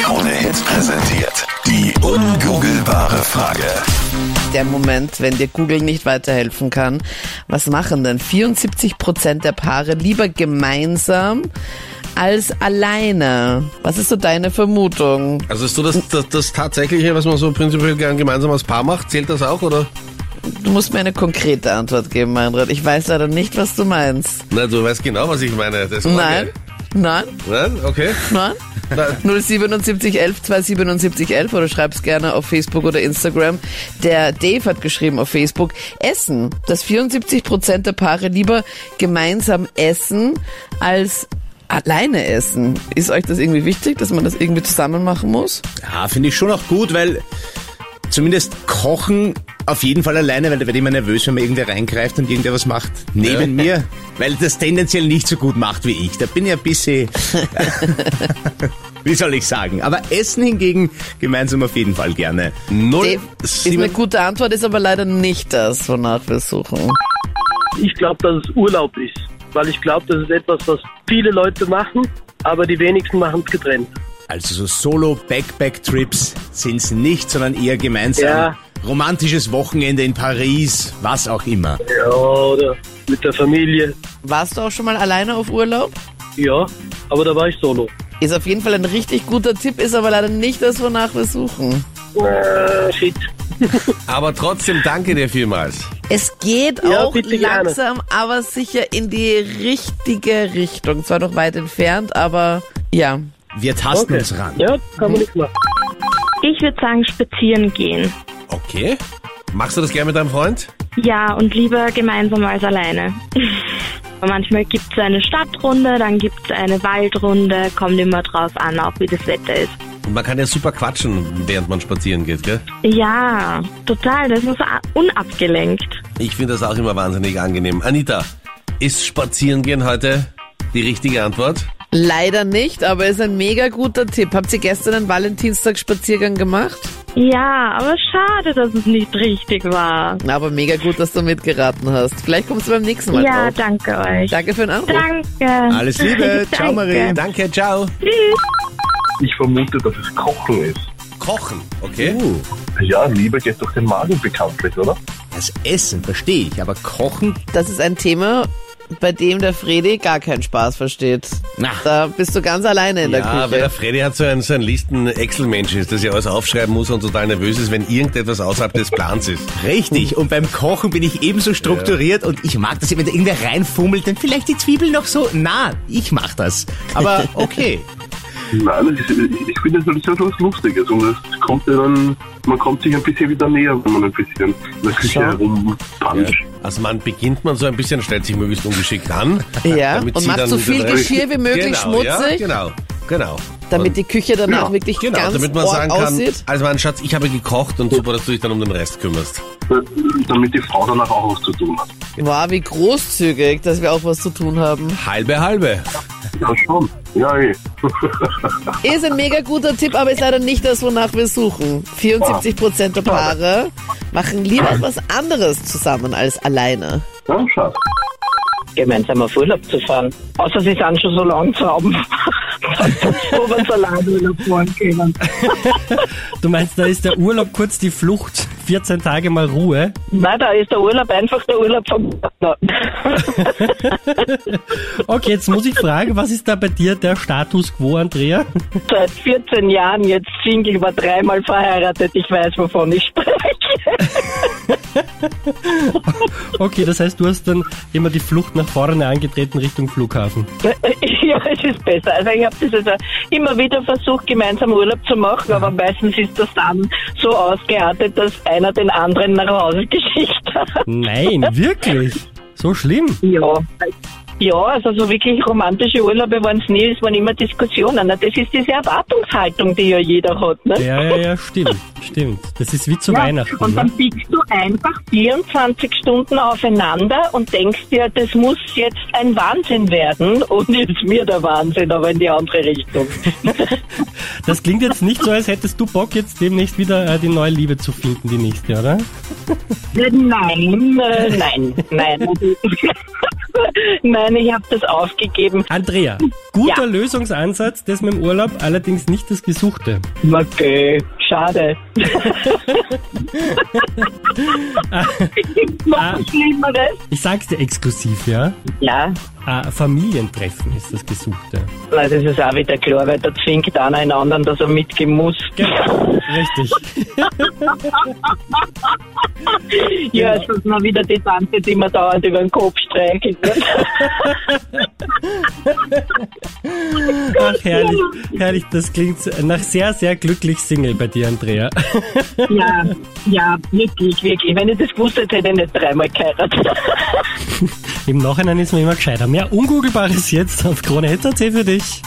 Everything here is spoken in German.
Krone Hits präsentiert. Die ungoogelbare Frage. Der Moment, wenn dir Google nicht weiterhelfen kann. Was machen denn 74 Prozent der Paare lieber gemeinsam als alleine? Was ist so deine Vermutung? Also ist so das, das, das Tatsächliche, was man so prinzipiell gern gemeinsam als Paar macht, zählt das auch, oder? Du musst mir eine konkrete Antwort geben, Meinrad. Ich weiß leider nicht, was du meinst. Na, du weißt genau, was ich meine. Das war Nein? geil. Nein? Nein? Okay. Nein? 07711 27711 oder schreib's gerne auf Facebook oder Instagram. Der Dave hat geschrieben auf Facebook, Essen, dass 74% der Paare lieber gemeinsam essen als alleine essen. Ist euch das irgendwie wichtig, dass man das irgendwie zusammen machen muss? Ja, finde ich schon auch gut, weil zumindest kochen auf jeden Fall alleine, weil da werde ich immer nervös, wenn mir irgendwer reingreift und irgendwer was macht neben mir, weil das tendenziell nicht so gut macht wie ich. Da bin ich ein bisschen, wie soll ich sagen, aber Essen hingegen gemeinsam auf jeden Fall gerne. Null. Dave, ist eine Sieben, gute Antwort, ist aber leider nicht das, wonach wir suchen. Ich glaube, dass es Urlaub ist, weil ich glaube, das ist etwas, was viele Leute machen, aber die wenigsten machen es getrennt. Also so Solo-Backpack-Trips sind's nicht, sondern eher gemeinsam. Ja. Romantisches Wochenende in Paris, was auch immer. Ja, oder mit der Familie. Warst du auch schon mal alleine auf Urlaub? Ja, aber da war ich solo. Ist auf jeden Fall ein richtig guter Tipp, ist aber leider nicht das, wonach wir suchen. Äh, shit. aber trotzdem danke dir vielmals. Es geht Ja, auch bitte gerne. langsam, aber sicher in die richtige Richtung. Zwar noch weit entfernt, aber ja. Wir tasten Okay. uns ran. Ja, kann man nichts machen. Ich würde sagen, spazieren gehen. Okay. Machst du das gern mit deinem Freund? Ja, und lieber gemeinsam als alleine. Manchmal gibt's eine Stadtrunde, dann gibt's eine Waldrunde, kommt immer drauf an, auch wie das Wetter ist. Und man kann ja super quatschen, während man spazieren geht, gell? Ja, total, das ist a- unabgelenkt. Ich finde das auch immer wahnsinnig angenehm. Anita, ist Spazierengehen heute die richtige Antwort? Leider nicht, aber ist ein mega guter Tipp. Habt ihr gestern einen Valentinstagsspaziergang gemacht? Ja, aber schade, dass es nicht richtig war. Na, Aber mega gut, dass du mitgeraten hast. Vielleicht kommst du beim nächsten Mal Ja, drauf. danke euch. Danke für den Anruf. Danke. Alles Liebe, ciao Danke. Marie. Danke, ciao. Tschüss. Ich vermute, dass es Kochen ist. Kochen, okay? Uh. Ja, Liebe geht durch den Magen bekanntlich, oder? Das Essen verstehe ich, aber Kochen? Das ist ein Thema, bei dem der Fredi gar keinen Spaß versteht. Na. Da bist du ganz alleine in der Ja, weil Küche. der Freddy hat so ein, so ein Listen-Excel-Mensch ist, dass er alles aufschreiben muss und total nervös ist, wenn irgendetwas außerhalb des Plans ist. Richtig, und beim Kochen bin ich ebenso strukturiert und ich mag das, wenn da irgendwer reinfummelt, dann vielleicht die Zwiebel noch so. Na, ich mach das. Aber okay. Nein, das ist, ich, ich finde, das ist ja schon was Lustiges. Und es kommt ja dann, man kommt sich ein bisschen wieder näher, wenn man ein bisschen in der Küche herumpuncht. Also man beginnt man so ein bisschen, stellt sich möglichst ungeschickt an. Ja, damit und sie macht dann so viel wieder- Geschirr wie möglich genau, Ja, schmutzig. genau, genau. Damit die Küche danach Ja, wirklich Genau, ganz damit man or- sagen kann, aussieht. also mein Schatz, ich habe gekocht und super, dass du dich dann um den Rest kümmerst. Äh, Damit die Frau danach auch was zu tun hat. Wow, wie großzügig, dass wir auch was zu tun haben. Halbe, halbe. Ja, schon. Ja, eh. Ist ein mega guter Tipp, aber ist leider nicht das, wonach wir suchen. 74% der Paare machen lieber etwas anderes zusammen als alleine. ja, schade. gemeinsam auf Urlaub zu fahren. Außer sie sind schon so langsam, dass wir so lange Urlaub fahren können. Du meinst, da ist der Urlaub kurz die Flucht, 14 Tage mal Ruhe. Nein, da ist der Urlaub einfach der Urlaub vom Partner. Okay, jetzt muss ich fragen, was ist da bei dir der Status quo, Andrea? Seit 14 Jahren jetzt Single, war dreimal verheiratet. Ich weiß, wovon ich spreche. Okay, das heißt, du hast dann immer die Flucht nach vorne angetreten Richtung Flughafen. ja, es ist besser. Also ich habe das also immer wieder versucht, gemeinsam Urlaub zu machen, aber meistens ist das dann so ausgeartet, dass einer den anderen nach Hause geschickt hat. Nein, wirklich? So schlimm? Ja. Ja, also so wirklich romantische Urlaube waren es nie, es waren immer Diskussionen. Na, Das ist diese Erwartungshaltung, die ja jeder hat. Ne? Ja, ja, ja, stimmt, stimmt. Das ist wie zu Weihnachten. Und dann Ne? biegst du einfach 24 Stunden aufeinander und denkst dir, das muss jetzt ein Wahnsinn werden und ist mir der Wahnsinn, aber in die andere Richtung. Das klingt jetzt nicht so, als hättest du Bock, jetzt demnächst wieder äh, die neue Liebe zu finden, die nächste, oder? Nein, äh, nein, nein. Nein, ich habe das aufgegeben. Andrea, guter Ja. Lösungsansatz, das mit dem Urlaub, allerdings nicht das Gesuchte. Okay, schade. Gibt noch Ah. Schlimmeres? Ich sag's dir exklusiv, ja? Ja, Ah, Familientreffen ist das Gesuchte. weil das ist auch wieder klar, weil da zwingt einer einen anderen, dass er mitgehen muss. Genau, richtig. Ja, es ist mal wieder die Tante, die mir dauernd über den Kopf streichelt. ne? Ach, herrlich, herrlich, das klingt nach sehr, sehr glücklich Single bei dir, Andrea. ja, ja, wirklich, wirklich. Wenn ich das gewusst hätte, hätte ich nicht dreimal geheiratet. Im Nachhinein ist man immer gescheiter. Mehr Ungoogelbares jetzt auf Krone Hit.at für dich.